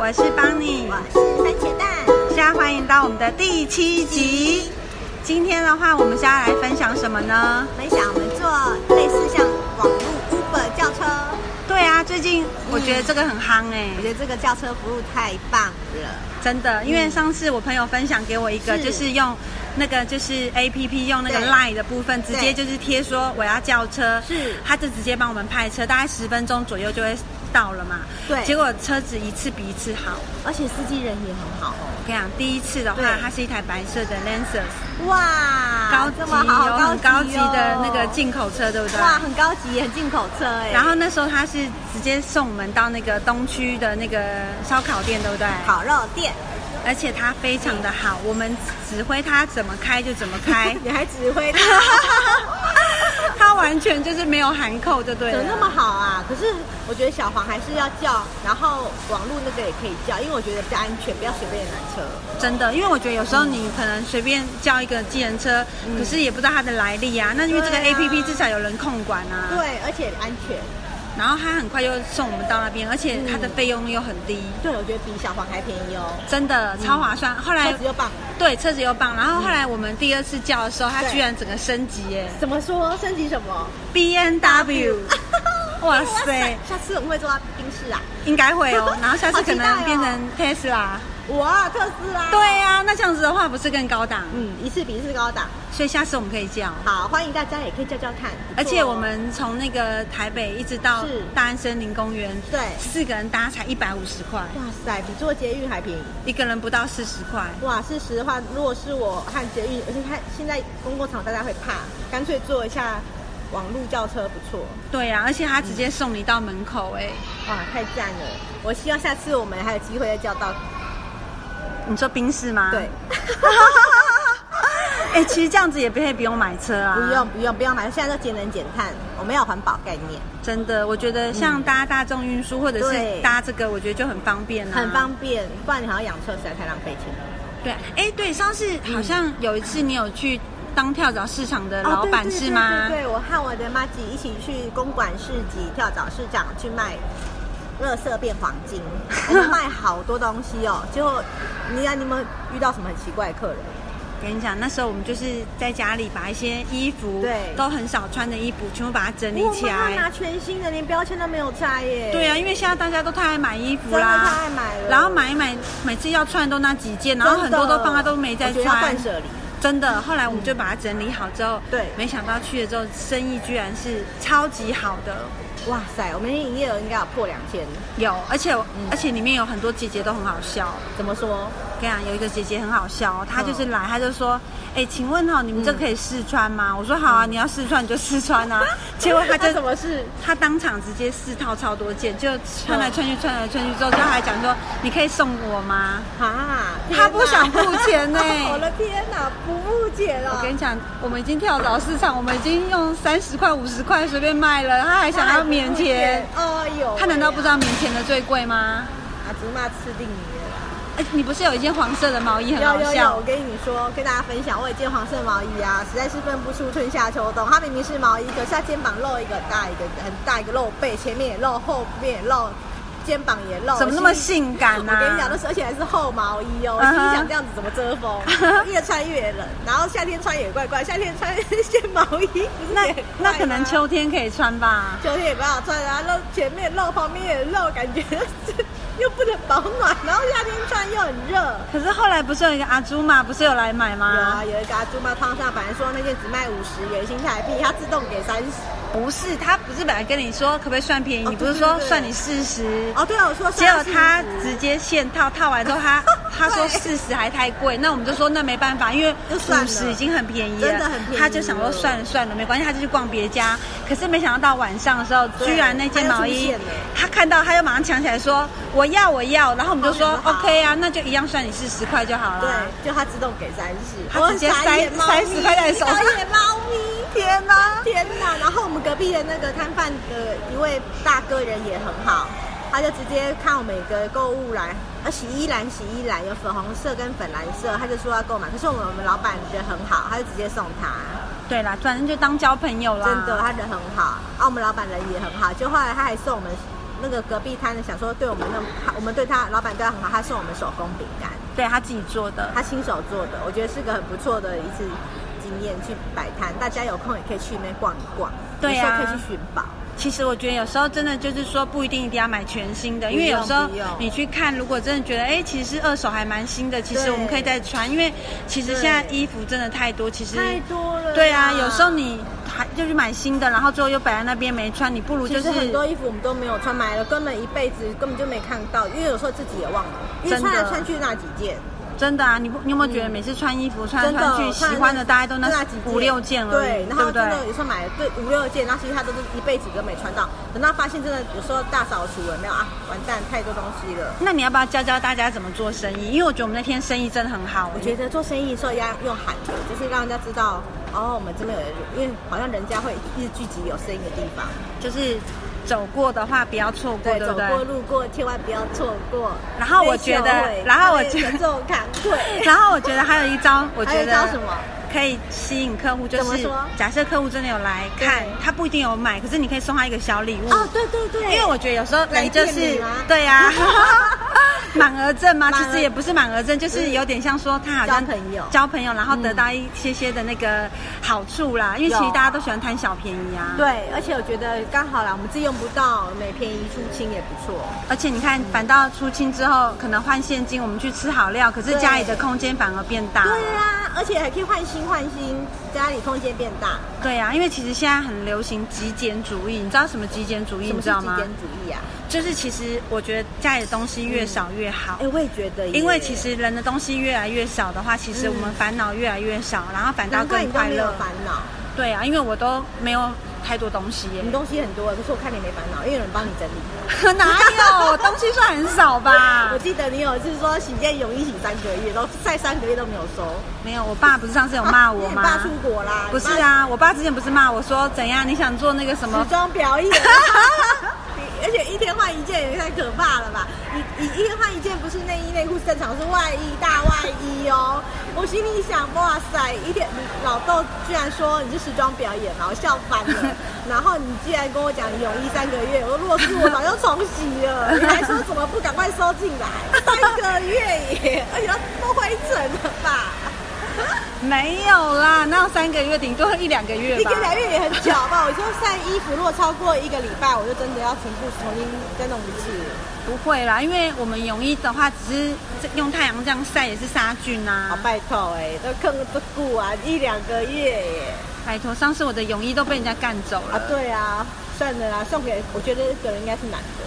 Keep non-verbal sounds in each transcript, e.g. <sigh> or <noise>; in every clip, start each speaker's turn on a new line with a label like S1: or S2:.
S1: 我是邦尼，
S2: 我是番茄蛋。
S1: 现在欢迎到我们的第七集。今天的话，我们是要来分享什么呢？
S2: 我们想我们做类似像网络 Uber 轿车，
S1: 对啊，最近我觉得这个很夯哎、
S2: 我觉得这个轿车服务太棒了。
S1: 真的，因为上次我朋友分享给我一个，
S2: 是
S1: 就是用那个就是 A P P 用那个
S2: 对
S1: Line 的部分，直接就
S2: 对
S1: 是贴说我要叫车，
S2: 是
S1: 他就直接帮我们派车，大概十分钟左右就会到了嘛。
S2: 对
S1: 结果车子一次比一次好。
S2: 而且司机人也很好哦。
S1: 我跟你讲，第一次的话
S2: 对，
S1: 它是一台白色的 Lancers，
S2: 哇，
S1: 高级
S2: 这么好，
S1: 啊有
S2: 好
S1: 很高
S2: 级
S1: 级
S2: 哦
S1: 的那个进口车，对不对？
S2: 哇，很高级，很进口车哎。
S1: 然后那时候他是直接送我们到那个东区的那个烧烤店，对不对？，
S2: 烤肉店，
S1: 而且他非常的好，我们指挥他怎么开就怎么开
S2: <laughs> 哎，你还指挥他，
S1: 他完全就是没有含扣，就对
S2: 怎
S1: 了。
S2: 么那么好啊？可是我觉得小黄还是要叫，然后网络那个也可以叫，因为我觉得比较安全，不要随便拦车。
S1: 真的，因为我觉得有时候你可能随便叫一个计程车，可是也不知道它的来历啊。那因为这个
S2: 嗯对
S1: A
S2: 啊
S1: P P 至少有人控管啊。。
S2: 对，而且安全。
S1: 然后他很快就送我们到那边，而且它的费用又很低，
S2: 对，我觉得比小黄还便宜哦，
S1: 真的超划算。后来
S2: 车子又棒。
S1: 对车子又棒，然后后来我们第二次叫的时候，它
S2: 对
S1: 居然整个升级耶
S2: 怎么说？升级什么？
S1: ，B N
S2: <laughs>
S1: W，哇塞，
S2: 下次我们会做到冰室啊！
S1: 应该会哦。然后下次可
S2: 好
S1: 能
S2: 期待
S1: 变
S2: 哦
S1: 成 Tesla。
S2: 哇，特斯拉！
S1: 对，啊，那这样子的话不是更高档？
S2: 嗯，一次比一次高档。
S1: 所以下次我们可以叫。
S2: 好，欢迎大家也可以叫叫看。不错哦
S1: 而且我们从那个台北一直到
S2: 是
S1: 大安森林公园，
S2: 对
S1: 四个人搭才一百五十块，
S2: 哇塞，比坐捷运还便宜。
S1: 一个人不到四十块。
S2: 哇，事实话，如果是我和捷运，而且看现在公共场大家会怕，干脆坐一下网路轿车不错。
S1: 对啊，而且他直接送你到门口、哎、
S2: 哇，太赞了！我希望下次我们还有机会再叫到。
S1: 啊你说冰室吗？
S2: 对。
S1: 哎、其实这样子也不可以不用买车啊，
S2: 不用不用不用买，现在都节能减碳，我们要有环保概念，
S1: 真的，我觉得像搭大众运输或者是
S2: 嗯对
S1: 搭这个，我觉得就很方便啊，
S2: 很方便。不然你好像养车实在太浪费钱了。
S1: 对，哎，对，上次好像有一次你有去当跳蚤市场的老板是吗？
S2: 嗯哦对对对对对，我和我的妈吉一起去公馆市集跳蚤市场去卖。垃圾变黄
S1: <laughs>
S2: 金，我们卖好多东西哦。结果，你看你们遇到什么很奇怪的客人？
S1: 跟你讲，那时候我们就是在家里把一些衣服，
S2: 对
S1: 都很少穿的衣服，全部把它整理
S2: 我
S1: 起
S2: 们还拿
S1: 来。
S2: 全新的，连标签都没有拆耶。
S1: 对
S2: 啊，
S1: 啊，因为现在大家都太爱买衣
S2: 真
S1: 服
S2: 的
S1: 啦，
S2: 太爱买了。
S1: 然后买一买，每次要穿的都那几件，
S2: 真的，
S1: 然后很多都放在都没再
S2: 我觉得要
S1: 穿
S2: 断。舍离。
S1: 真的，后来我们就把它整理好之后，
S2: 对
S1: 没想到去了之后生意居然是超级好的，
S2: 哇塞，我们营业额应该有破两千。
S1: 有，而且、
S2: 嗯
S1: 而且里面有很多姐姐都很好笑。
S2: 怎么说？
S1: 跟你讲，有一个姐姐很好笑、哦，她
S2: 嗯
S1: 就是来，她就说：“哎、请问哈、哦，你们这可以试穿吗？”我说：“好啊，你要试穿你就试穿啊。”结果她
S2: <laughs> 他
S1: 就
S2: 嗯么事？
S1: 她当场直接试套超多件，就穿
S2: 嗯
S1: 来穿去，穿来穿去之后，就还讲说：“你可以送我吗
S2: 啊！
S1: 他不想付钱呢
S2: <laughs> 我的天哪，不付钱？”啊
S1: 我
S2: 了！
S1: 跟你讲，我们已经跳蚤市场，我们已经用三十块、五十块随便卖了，她还想要免钱，
S2: 他还不付钱？哎呦，
S1: 她难道不知道免钱的最贵吗？
S2: 阿啊祖妈吃定你了？
S1: 哎、你不是有一件黄色的毛衣很好
S2: 有有有，
S1: 笑
S2: 我？跟你说，跟大家分享，我有一件黄色毛衣啊，实在是分不出春夏秋冬。它明明是毛衣，可是它肩膀露一个很大一个很大一个露背，前面也露，后面也露，肩膀也露，
S1: 怎么那么
S2: 心
S1: 性感啊呢、
S2: 我跟你讲，那是而且还是厚毛衣哦，我
S1: 嗯
S2: 心
S1: 哼
S2: 想这样子怎么遮风？越穿越冷，然后夏天穿也怪怪，夏天穿 <laughs> 一件毛衣不是
S1: 那
S2: 也怪吗
S1: 那可能秋天可以穿吧？
S2: 秋天也不好穿啊，露前面露，旁边也露，感觉 <laughs> 是又不能保暖，然后夏天穿又很热。
S1: 可是后来不是有一个阿朱嘛，不是有来买
S2: 有
S1: 吗
S2: 啊，？有一个阿朱妈胖上，本来说那件只卖五十元新台币，它自动给三十。
S1: 不是，他不是本来跟你说可不可以算便宜？
S2: 哦
S1: 你不是说
S2: 对对对
S1: 算你四十？
S2: 哦，对啊，我说
S1: 结果他
S2: 30
S1: 直接现套，套完之后 <laughs> 他他说四十还太贵，那我们就说那没办法，因为
S2: 就算
S1: 五
S2: 了
S1: 十已经很便宜了，
S2: 真的很便宜
S1: 他就想说
S2: 了
S1: 算了算了，没关系，他就去逛别家。可是没想到到晚上的时候，
S2: 对
S1: 居然那件毛衣
S2: 他又出现了
S1: 他看到，他又马上抢起来说我要我要，然后我们就说
S2: 哦那很好
S1: OK 啊，那就一样算你四十块就好了。
S2: 对，就它自动给三十，
S1: 啊它直接塞塞十块在手上
S2: 上。导演猫咪，
S1: 天哪！
S2: 天哪！然后我们隔壁的那个摊贩的一位大哥人也很好，他就直接看我们有个购物篮，呃，洗衣篮、洗衣篮有粉红色跟粉蓝色，他就说要购买。可是我们我们老板觉得很好，他就直接送他，
S1: 对啦，反正就当交朋友啦。
S2: 真的，他人很好。啊，我们老板人也很好，就后来他还送我们那个隔壁摊的想说对我们那么好，我们对他老板对他很好，他送我们手工饼干，
S1: 对他自己做的，
S2: 他亲手做的，我觉得是个很不错的一次经验去摆摊，大家有空也可以去那边逛一逛，
S1: 对
S2: 呀、
S1: 啊
S2: 可以去寻宝。
S1: 其实我觉得有时候真的就是说不一定一定要买全新的，因为有时候
S2: 不用
S1: 你去看，如果真的觉得哎，其实二手还蛮新的，其实
S2: 对
S1: 我们可以再穿，因为其实
S2: 对
S1: 现在衣服真的太多，其实
S2: 太多了
S1: 对啊，
S2: 啦
S1: 有时候你还就去买新的，然后最后又摆在那边没穿，你不如就
S2: 其
S1: 是
S2: 实很多衣服我们都没有穿，买了根本一辈子根本就没看到，因为有时候自己也忘了，因为
S1: 真的
S2: 穿来穿去那几件，
S1: 真的啊，你不你有没有觉得每次穿衣服穿来
S2: 嗯真的
S1: 穿去，喜
S2: 穿来
S1: 欢的大概都
S2: 那
S1: 那
S2: 几
S1: 五六件而
S2: 对
S1: 已，，
S2: 然
S1: 对
S2: 后
S1: 不对
S2: 真？的有时候买了对五六件，然后其实他都是一辈子都没穿到，等到发现真的有时候大扫除有没有啊？完蛋，太多东西了。
S1: 那你要不要教教大家怎么做生意？因为我觉得我们那天生意真的很好，
S2: 我觉得做生意的时候要用喊的，就是让人家知道哦，我们这边有人，因为好像人家会一直聚集有生意的地方，
S1: 就是走过的话不要错过，对
S2: 走
S1: 不对？
S2: 过路 <laughs> 过千万不要错过。
S1: 然后我
S2: <laughs>
S1: 觉得然后我觉得
S2: 这种惭愧，
S1: 然后我觉得还有一招，我
S2: 还有
S1: 觉
S2: 一
S1: 得
S2: 招什么？
S1: 可以吸引客户，就
S2: 怎么
S1: 是
S2: 说
S1: 假设客户真的有来看
S2: 对，
S1: 他不一定有买，可是你可以送他一个小礼物。
S2: 哦，对对对，
S1: 因为我觉得有时候人就
S2: 来店
S1: 是
S2: 里吗
S1: 对
S2: <laughs>
S1: 呀、满额赠吗？
S2: 满
S1: 其
S2: 额嗯
S1: 实也不是满额赠，就是有点像说他好像
S2: 交朋友
S1: 交朋友，然后得到一些些的那个好处啦。因为其实
S2: 有
S1: 大家都喜欢贪小便宜啊。，
S2: 对，而且我觉得刚好啦，我们自己用不到，每便宜出清也不错。
S1: 而且你看，反倒出清之后，可能换现金，我们去吃好料，可是
S2: 对
S1: 家里的空间反而变大。
S2: 对啊，而且还可以换新换新，家里空间变大。
S1: 对啊，因为其实现在很流行极简主义，你知道什么极简主义？
S2: 什
S1: 你
S2: 么
S1: 知
S2: 是
S1: 道
S2: 极
S1: 吗
S2: 简？主义啊？
S1: 就是其实我觉得家里的东西越少越好。
S2: 哎，我也觉得耶，
S1: 因为其实人的东西越来越少的话，其实我们烦恼越来越少，然后反倒
S2: 嗯难怪
S1: 更
S2: 你都
S1: 快
S2: 没有
S1: 乐。
S2: 烦恼，
S1: 对啊，因为我都没有太多东西耶
S2: 你。东西很多，可是我看你没烦恼，因为有人帮你整理。
S1: <laughs>
S2: 嗯
S1: 哪有？我东西算很少
S2: <laughs>
S1: 吧
S2: 我？记得你有一次说洗件泳衣洗三个月，都晒三个月都没有收，
S1: 没有，我爸不是上次有骂我
S2: 你
S1: 吗？
S2: 爸出国啦？
S1: 不是啊，我爸之前不是骂我说怎样？你想做那个什
S2: 你爸，
S1: 么
S2: 时？装表
S1: <laughs>
S2: 演。你而且一天换一件也太可怕了吧！你你一天换一件不是内衣内裤是正常，是外衣大外衣哦。我心里想，哇塞，一天你老豆居然说你是时装表演嘛，我笑翻了。
S1: <laughs>
S2: 然后你居然跟我讲你泳衣三个月，我说如果是我早就重洗
S1: <laughs>
S2: 了。你还说怎么不赶快收进来？三个月哎耶，而且都灰尘了吧？
S1: 没有啦，那要三个月，顶多一两个月
S2: 一
S1: 吧
S2: 个。两月也很久吧？我就晒衣服，如果超过一个礼拜，我就真的要全部重新再弄一次。
S1: 不会啦，因为我们泳衣的话，只是这用太阳这样晒也是杀菌
S2: 啊
S1: 啊，。
S2: 拜托哎、都坑了不顾啊，一两个月耶、
S1: 拜托，上次我的泳衣都被人家干走了。
S2: 啊，对啊，算了啦，送给我觉得这个人应该是男的，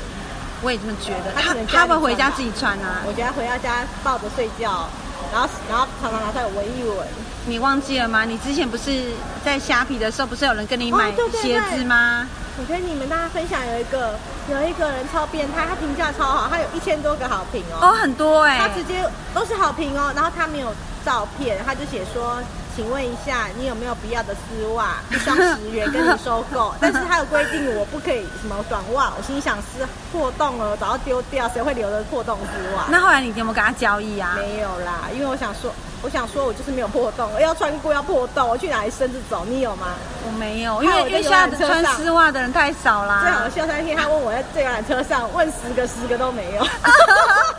S1: 我也这么觉得。
S2: 他
S1: 他
S2: 可能家
S1: 他
S2: 里
S1: 会回
S2: 穿
S1: 家
S2: 吧
S1: 自己穿啊。
S2: 我觉得回到家抱着睡觉，然后然后常常拿出来闻一闻。
S1: 你忘记了吗？你之前不是在虾皮的时候，不是有人跟你买
S2: 哦对对
S1: 鞋子吗？
S2: 我跟你们大家分享有一个有一个人超变态，他评价超好，他有一千多个好评
S1: 哦，
S2: 哦。
S1: 很多哎、
S2: 他直接都是好评哦，然后他没有照片，他就写说，请问一下，你有没有不要的丝袜？一双十元跟你收购，但是他有规定我不可以什么短袜，我心想是破洞了，早要丢掉，谁会留着破洞丝袜？
S1: 那后来你有没有跟他交易啊？
S2: 没有啦，因为我想说，我想说我就是没有破洞，要穿过要破洞，我去哪里伸着走？你有吗？
S1: 我没有，
S2: 害
S1: 因为
S2: 我在
S1: 因为
S2: 游
S1: 现在
S2: 览车
S1: 穿
S2: 上
S1: 丝袜的人太少啦。
S2: 最好笑那天，他问我在这辆车上问十个，十个都没有。 <laughs>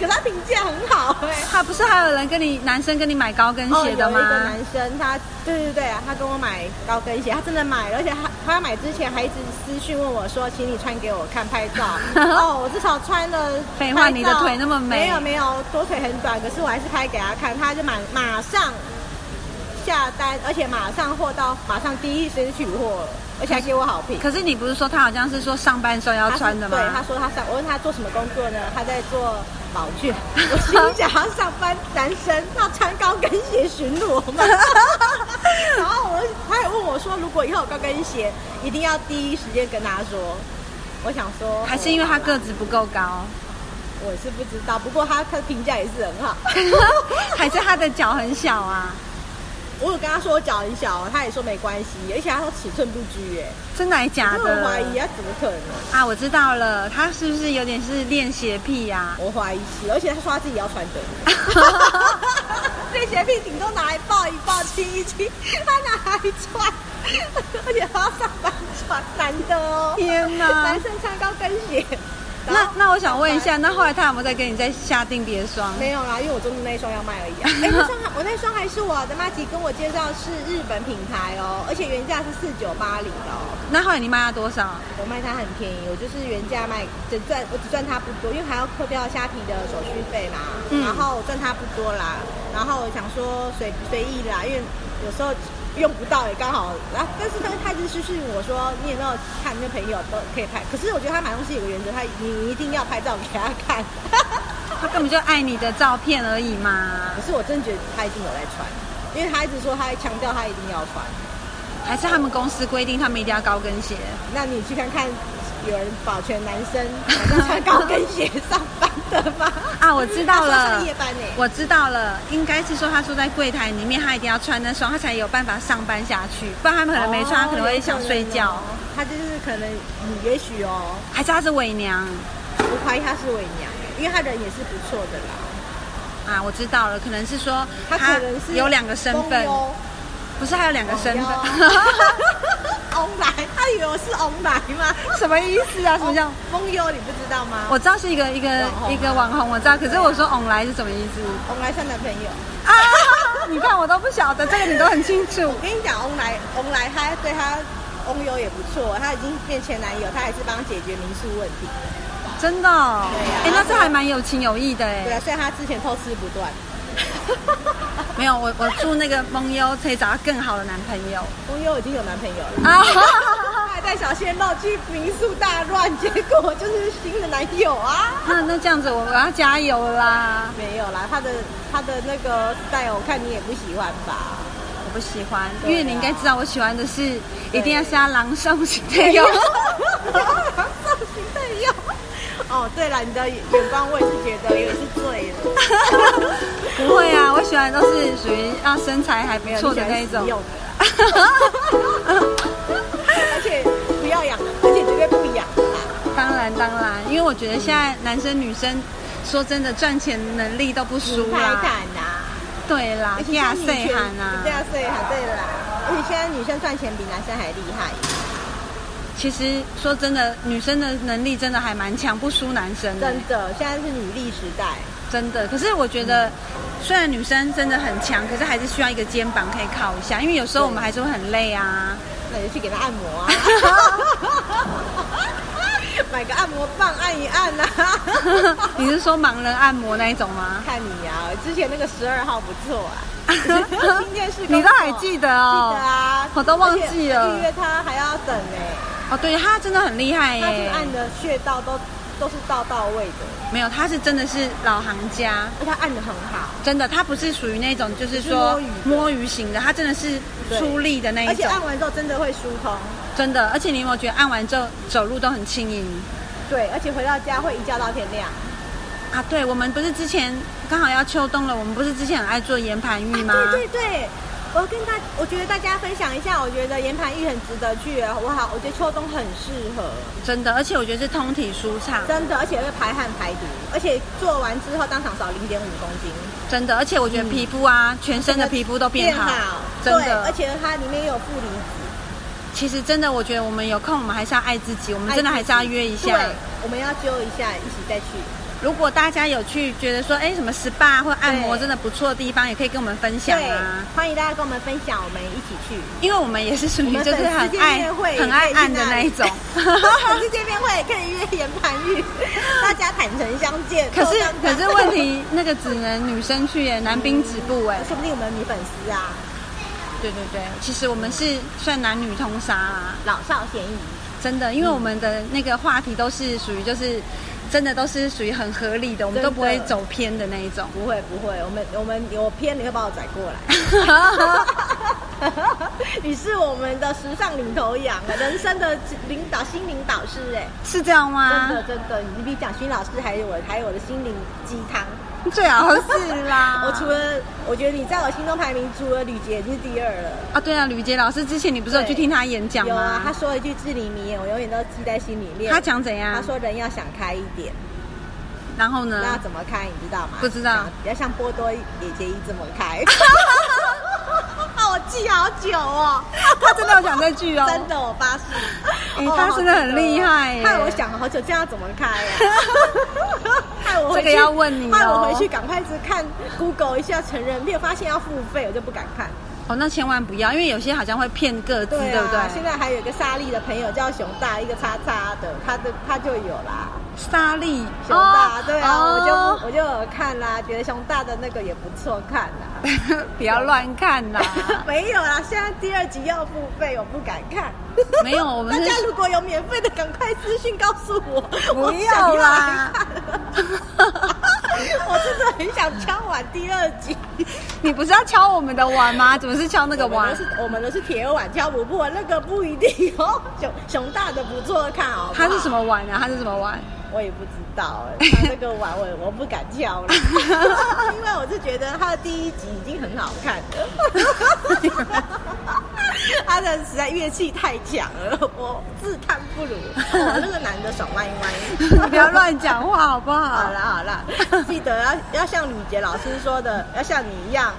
S2: 可他评价很好哎、
S1: 他不是还有人跟你男生跟你买高跟
S2: 哦，
S1: 鞋的吗？
S2: 有一个男生，他对对对啊，他跟我买高跟鞋，他真的买了，而且他他买之前还一直私讯问我说，请你穿给我看拍
S1: <laughs>
S2: 照。哦，我至少穿了拍
S1: 废
S2: 照。
S1: 话你的腿那么美
S2: 没有没有，我腿很短，可是我还是拍给他看，他就马马上下单，而且马上货到，马上第一时间取货了，而且还给我好评。
S1: 可是你不是说他好像是说上半身要
S2: 他是
S1: 穿的吗？
S2: 对，他说他上，我问他做什么工作呢？他在做保
S1: <laughs>
S2: 卷。我心里想，他上班男生要穿高跟鞋巡逻吗？
S1: <laughs>
S2: 然后我他还问我说，如果以后有高跟鞋，一定要第一时间跟他说。我想说，
S1: 还是因为他个子不够高，
S2: 我是不知道，不过他他评价也是很
S1: <laughs>
S2: 好。
S1: 还是他的脚很小啊？
S2: 我有跟他说我脚很小，他也说没关系，而且他说尺寸不拘，哎，
S1: 真的还假
S2: 我很
S1: 的？
S2: 怀疑他怎么可能？
S1: 啊，我知道了，他是不是有点是练鞋癖啊呀、
S2: 我怀疑是，而且他说他自己要穿
S1: <laughs>
S2: 的。这鞋屁顶多拿来抱一抱、亲一亲，他哪来穿？而且还要上班穿男的哦，
S1: 天哪
S2: 男生穿高跟鞋。然
S1: 那
S2: 后
S1: 那我想问一下，那后来他有没有再跟你再下定别双？
S2: 没有啦，因为我中的那一双要
S1: <laughs>
S2: 卖而已、啊。哎、那双还我那双还是我的妈吉跟我介绍是日本品牌哦，而且原价是四九八零的哦。
S1: 那后来你卖他多少？
S2: 我卖它很便宜，我就是原价卖，只赚我只赚它不多，因为还要扣掉虾皮的手续费嘛。
S1: 嗯
S2: 然后我赚它不多啦，然后我想说随随意啦，因为有时候用不到也刚好。然后但是但是他就是是我说你有没有看那朋友都可以拍，可是我觉得他买东西有个原则，他你一定要拍照给他看。 <laughs>
S1: 他根本就爱你的照片而已嘛，
S2: 可是我真觉得他一定有在穿，因为他一直说他强调他一定要穿。
S1: 还是他们公司规定他们一定要高跟鞋？
S2: 那你去看看，有人保全男生晚上穿高跟鞋上班的吗？
S1: <laughs> 啊，我知道
S2: 他说
S1: 了
S2: 上夜班呢、，欸
S1: 我知道了，应该是说他说在柜台里面，他一定要穿那双，他才有办法上班下去，不然他们可能没穿，他可能会想睡觉，
S2: 哦有可能哦他就是可能，嗯，也许哦，
S1: 还是他是伪娘
S2: 我怀疑他是伪娘，因为他人也是不错的啦。
S1: 啊，我知道了，可能是说
S2: 他可能是哦
S1: 有两个身份，不是还有两个身份，哦
S2: 翁来，他以为我是翁来吗？
S1: <laughs> 什么意思啊？什么叫？
S2: 翁优？你不知道吗？
S1: 我知道是一个一个
S2: 网红啊
S1: 一个网红，我知道，可是我说“往来”是什么意思
S2: 翁来算男朋友。
S1: 啊？ <laughs> 你看我都不晓得，这个你都很清楚
S2: 我跟你讲，翁来翁来，他对他翁优也不错，他已经变前男友，他还是帮他解决民宿问题。
S1: 真的、哦
S2: 对啊，
S1: 哎、那这还蛮有情有义的
S2: 对
S1: 哎。
S2: 啊，虽然他之前偷吃不断。
S1: 没有，我我祝那个蒙优可以找到更好的男朋友
S2: 翁优已经有男朋友了。
S1: 啊！
S2: 他还带小鲜肉去民宿大乱，结果就是新的男友啊！
S1: 那那这样子，我我要加油啦！
S2: 没有啦，他的他的那个 style，我看你也不喜欢吧？
S1: 我不喜欢，
S2: 对啊
S1: 因为你应该知道，我喜欢的是
S2: 对
S1: 一定要是他狼上型的
S2: <laughs>
S1: 哟。
S2: 造型太幼。哦，对了，你的眼光我也是觉得有点是醉了，
S1: <laughs> 不会啊，我喜欢的都是属于让身材还不
S2: 没有
S1: 错的那一种。
S2: 用的， <laughs> 而且不要养，而且绝对不养啦。
S1: <laughs> 当然当然，因为我觉得现在男生女生说真的赚钱能力都不输啊
S2: 泰
S1: 啦，
S2: 坦呐，
S1: 对啦，亚岁寒啊
S2: 对，啊，岁寒对啦，而且现在女生赚钱比男生还厉害。
S1: 其实说真的，女生的能力真的还蛮强，不输男生的，
S2: 真的，现在是女力时代，
S1: 真的。可是我觉得，虽然女生真的很强，可是还是需要一个肩膀可以靠一下，因为有时候我们还是会很累啊。 <laughs>
S2: 那你就去给她按摩啊，买个按摩棒按一按
S1: <laughs>
S2: 啊。
S1: 你是说盲人按摩那一种
S2: <laughs>
S1: 吗？
S2: 看你啊，之前那个十二号不错
S1: <laughs>
S2: 啊，新店市
S1: 你都还记得哦？
S2: 记得啊，
S1: 我都忘记了
S2: 而且预约他还要等呢、
S1: 哦，对，他真的很厉害
S2: 他就是
S1: 耶。
S2: 按的穴道都都是到到位的，
S1: 没有，他是真的是老行家。
S2: 而且他按的很好，
S1: 真的，他不是属于那种就是
S2: 就
S1: 说
S2: 是摸
S1: 摸鱼型的，他真的是
S2: 对
S1: 出力的那
S2: 而
S1: 一
S2: 且啊
S1: 种，
S2: 按完之后真的会疏通，
S1: 真的。而且你有没有觉得按完之后走路都很轻盈
S2: 对，而且回到家会一觉到天亮。
S1: 啊？对，我们不是之前刚好要秋冬了，我们不是之前很爱做岩盘浴吗？
S2: 啊对对对，我跟大，我觉得大家分享一下，我觉得岩盘浴很值得去，我好，我觉得秋冬很适合，
S1: 真的。而且我觉得是通体舒畅，
S2: 真的，而且会排汗排毒，而且做完之后当场少零点五公斤，
S1: 真的。而且我觉得皮肤啊，全身的皮肤都变好，真
S2: 嗯对，而
S1: 的。
S2: 且它里面也有负离子，
S1: 其实真的，我觉得我们有空，我们还是要爱自己，我们真的还是要约一下。
S2: 哎对，我们要揪一下，一起再去。
S1: 如果大家有去觉得说，哎，什么 SPA 或按摩
S2: 对
S1: 真的不错的地方，也可以跟我们分享啊。
S2: 欢迎大家跟我们分享，我们一起去。
S1: 因为我们也是属
S2: 我
S1: 于
S2: 们
S1: 就是
S2: 粉丝
S1: 很
S2: 见
S1: 爱
S2: 面会，
S1: 很爱按的那一 <laughs> 种
S2: <laughs> 粉丝见面会可以约岩盘浴，大家坦诚相见。
S1: 可是
S2: 多尴尬
S1: 可是问题那个只能女生去耶，男兵止步哎。
S2: <laughs> 说不定我们女粉丝啊，
S1: 对对对，其实我们是算男女通杀啦，
S2: 老少咸宜。
S1: 真的，因为我们的那个话题都是属于就是真的都是属于很合理的，我们都不会
S2: 真的
S1: 走偏的那一种。 <laughs>
S2: 不会不会，我们我们有偏你会把我宰过来。 <laughs> 你是我们的时尚领头羊啊，人生的领导新领导师哎、
S1: 是这样吗
S2: 真？的真的，你比蒋勋老师还有我还有我的心灵鸡汤。
S1: 最好是啦。
S2: <laughs> 我除了我觉得你在我心中排名除了吕杰已经是第二了。
S1: 啊，对啊，吕杰老师之前你不是有
S2: 对
S1: 去听他演讲
S2: 有啊，他
S1: 吗？
S2: 说一句至理名言，我永远都记在心里面。
S1: 他讲啊怎样
S2: 啊他？说人要想开一点，
S1: 然后
S2: 那要
S1: 呢？
S2: 怎么开？你知道吗？
S1: 嗯不知道 <laughs>
S2: 想要像波多野结衣这么开。啊，我记好久哦，
S1: <laughs> 他真的有讲这句哦，
S2: <laughs> 真的，我发誓。
S1: 哎
S2: 哦
S1: 他真的很厉害耶
S2: 害我想了好久，这样要怎么开
S1: <laughs>
S2: 啊？害我回去
S1: 这个要问你哦
S2: 害我回去赶快去看 Google 一下成人片，发现要付费，我就不敢看。
S1: 哦，那千万不要，因为有些好像会骗各自，
S2: 对
S1: 对
S2: 啊，
S1: 不
S2: 现
S1: 对？
S2: 在还有一个莎莉的朋友叫熊大，一个叉叉的，他的他就有啦。
S1: 沙粒
S2: 熊大，对啊，
S1: 哦
S2: 我就我就有看啦，觉得熊大的那个也不错看
S1: <laughs>
S2: 啦。
S1: 不要乱看
S2: <laughs>
S1: 啦。
S2: 没有啦，现在第二集要付费，我不敢看。
S1: 没有我
S2: <laughs>
S1: 们是
S2: 大家如果有免费的，赶快私信告诉我，
S1: <laughs>
S2: 我
S1: 不
S2: 想
S1: 要
S2: 要
S1: 啦
S2: 来看。
S1: <laughs>
S2: 我真的很想敲完第二集。
S1: 你不是要敲我们的碗吗？怎么是敲那个
S2: 我们
S1: 碗
S2: 的？是，我们的是铁碗敲不破，那个不一定哦。熊熊大的不错看哦。
S1: 它是什？么碗啊？它是什么碗？ <laughs>
S2: 我也不知道哎、他那个碗我我不敢跳了， <laughs> 因为我是觉得他的第一集已经很好看了， <laughs> 他的实在乐器太强了，我自叹不如。哦，那个男的爽歪
S1: <laughs>
S2: 歪，
S1: 不要。乱讲话好不好
S2: 好？啦好啦，记得要要像吕杰老师说的，要像你一样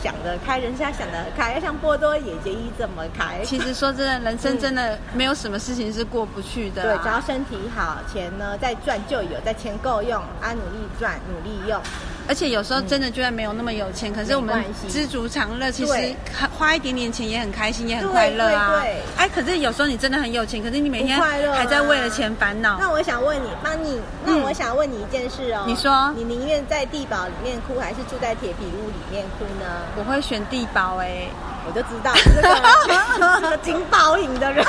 S2: 想得开，人家想得开，要像波多野结衣这么开。
S1: 其实啊说真的，人生真的没有什么事情是过不去的啊
S2: 嗯对
S1: 啦、，
S2: 只要身体好，钱呢再赚就有，再钱够用，啊努力赚，努力用。
S1: 而且有时候真的居然没有那么有钱，可是我们
S2: 嗯没关系
S1: 知足常乐，其实
S2: 对
S1: 很花一点点钱也很开心，也很快乐啊
S2: 对对对。
S1: 哎，可是有时候你真的很有钱，可是你每天
S2: 不快乐啊
S1: 还在为了钱烦恼。
S2: 那我想问你，帮你，那我想问你一件事哦。
S1: 嗯你说
S2: 你宁愿在地堡里面哭，还是住在铁皮屋里面哭呢？
S1: 我会选地堡哎、
S2: 我就
S1: <laughs>
S2: 知道你这个这个金包银的人，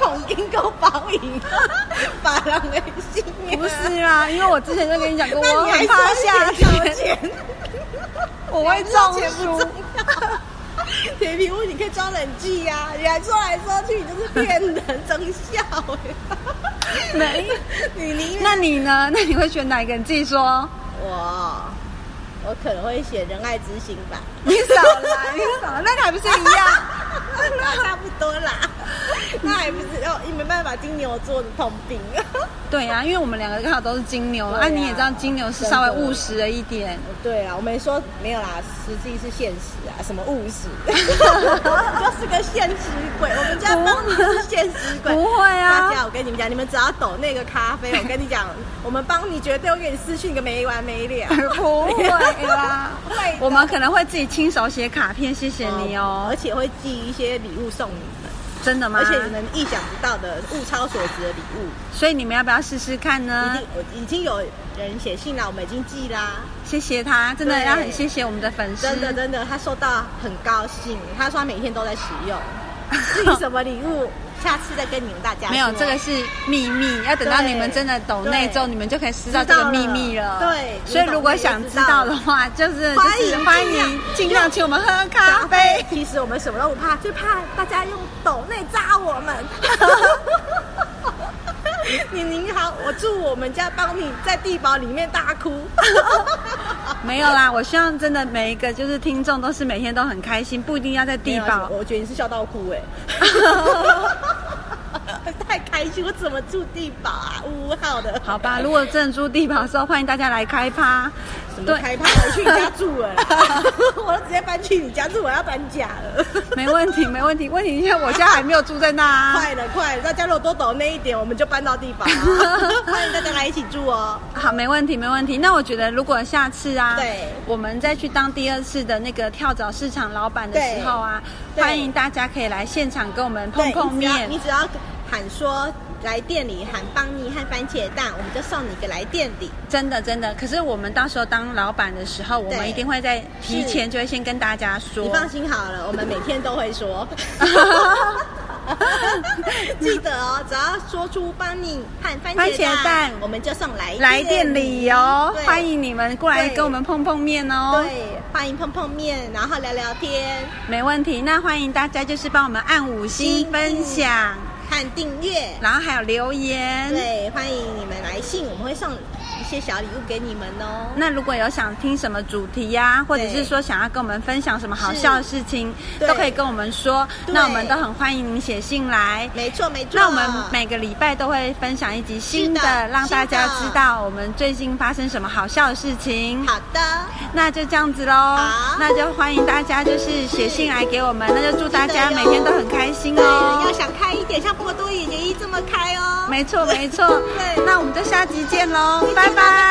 S2: 恐金够包银， <laughs> 把人的心啊
S1: 不是啦，因为我之前就跟你讲过，
S2: <laughs> 那
S1: 我
S2: 你还
S1: 很怕下
S2: 交
S1: 雪，
S2: 钱，
S1: 我会
S2: 钱
S1: 中
S2: 不
S1: 暑
S2: 重。要。 <laughs> 铁皮屋你可以装冷气呀、你还说来说去，你就是骗人，真笑哎。
S1: 没，
S2: <laughs> 你宁愿
S1: 那你呢？ <laughs> 那你会选哪一个？你自己说。
S2: 我，我可能会写仁爱之心吧， <laughs>
S1: 你少来，你少来， <laughs> 那你还不是一样？
S2: 那差不多啦。 <laughs> 那还不是哦，没办法，金牛座的通病。
S1: 对啊呀、因为我们两个刚好都是金牛，
S2: 对
S1: 啊，
S2: 啊
S1: 你也知道金牛是稍微务实了一点。
S2: <laughs> 对啊，我没说没有啦，实际是现实啊，什么务实， <laughs> 就是个现实鬼。我们家帮你是现实鬼，
S1: 不会啊
S2: 大家，我跟你们讲，你们只要抖那个咖啡，我跟你讲，我们帮你绝对会给你私讯个没完没 <laughs> 了。
S1: 不会啦
S2: 会的，
S1: 我们可能会自己亲手写卡片，谢谢你哦
S2: 而。且会寄一些礼物送你们，
S1: 真的吗？
S2: 而且你们意想不到的物超所值的礼物。
S1: 所以你们要不要试试看
S2: 已
S1: 呢？
S2: 经我已经有人写信了，我们已经寄啦。
S1: 谢谢他，真的
S2: 对
S1: 要很谢谢我们的粉丝。
S2: 真的真的，他收到很高兴，他说他每天都在使
S1: <laughs>
S2: 用。至于什么礼物，下次再跟你们大家说
S1: 没有，这个是秘密，要等到你们真的懂内之后，
S2: 对
S1: 你们就可以知道这个秘密了。
S2: 知道了对
S1: 所以如果想知道的话，就是
S2: 欢
S1: 就
S2: 迎
S1: 是欢
S2: 尽
S1: 迎
S2: 量
S1: 尽量请我们喝咖啡。
S2: 其实我们什么都不怕，最怕大家用抖内扎我们。
S1: <laughs>
S2: 你您好，我祝我们家帮你在地堡里面大哭。
S1: 没有啦，我希望真的每一个就是听众都是每天都很开心，不一定要在地堡。
S2: 我觉得你是笑到哭
S1: <laughs>
S2: 哎、 <laughs> 太开心！我怎么住地堡啊？五号的，
S1: 好吧，如果真的住地堡的时候，欢迎大家来开趴。
S2: 什么
S1: 对
S2: 开趴？我去你家住
S1: 欸
S2: 了啦， <laughs> 我都直接搬去你家住，我要搬家了。
S1: 没问题，没问题。问题是我现在还没有住在那、啊。
S2: 快了，快了！大家如果多抖那一点，我们就搬到地
S1: <laughs>
S2: 堡了。欢迎大家来一起住哦。
S1: 好，没问题，没问题。那我觉得，如果下次啊，
S2: 对
S1: 我们再去当第二次的那个跳蚤市场老板的时候啊，
S2: 对对
S1: 欢迎大家可以来现场跟我们碰
S2: 对啊
S1: 碰面
S2: 你。只要你只要喊说来店里喊邦尼和番茄蛋，我们就送你一个来店里。
S1: 真的，真的。可是我们到时候当老板的时候，我们
S2: 对
S1: 一定会在提
S2: 是
S1: 前就会先跟大家说。。
S2: 你放心好了，我们每天都会说记得哦，只要说出邦尼和番
S1: 番
S2: 茄
S1: 茄蛋
S2: 我们就送来
S1: 来店里哦，
S2: 对
S1: 欢迎你们过来
S2: 对
S1: 跟我们碰碰面哦。
S2: 对，欢迎碰碰面，然后聊聊天。
S1: 没问题。那欢迎大家就是帮我们按五星
S2: 星
S1: 分享，
S2: 和订阅。
S1: 然后还有留言。
S2: 对，欢迎你们来信，我们会送一些小礼物给你们哦。
S1: 那如果有想听什么主题呀、或者是说想要跟我们分享什么好笑的事情，
S2: 对
S1: 都可以跟我们说。
S2: 对
S1: 那我们都很欢迎您写信来。
S2: 没错没错。
S1: 那我们每个礼拜都会分享一集新的，
S2: 是的
S1: 让大家
S2: 是的
S1: 知道我们最近发生什么好笑的事情。
S2: 好的，
S1: 那就这样子喽
S2: 好，
S1: 那就欢迎大家就是写信来给我们，那就祝大家
S2: 记得
S1: 每
S2: 哟
S1: 天都很开心
S2: 对，要
S1: 哦。
S2: 想开一点，像波多野结衣这么开哦。
S1: 没错没错
S2: <laughs> 对，
S1: 那我们就下集见喽，
S2: 拜
S1: 拜
S2: 拜。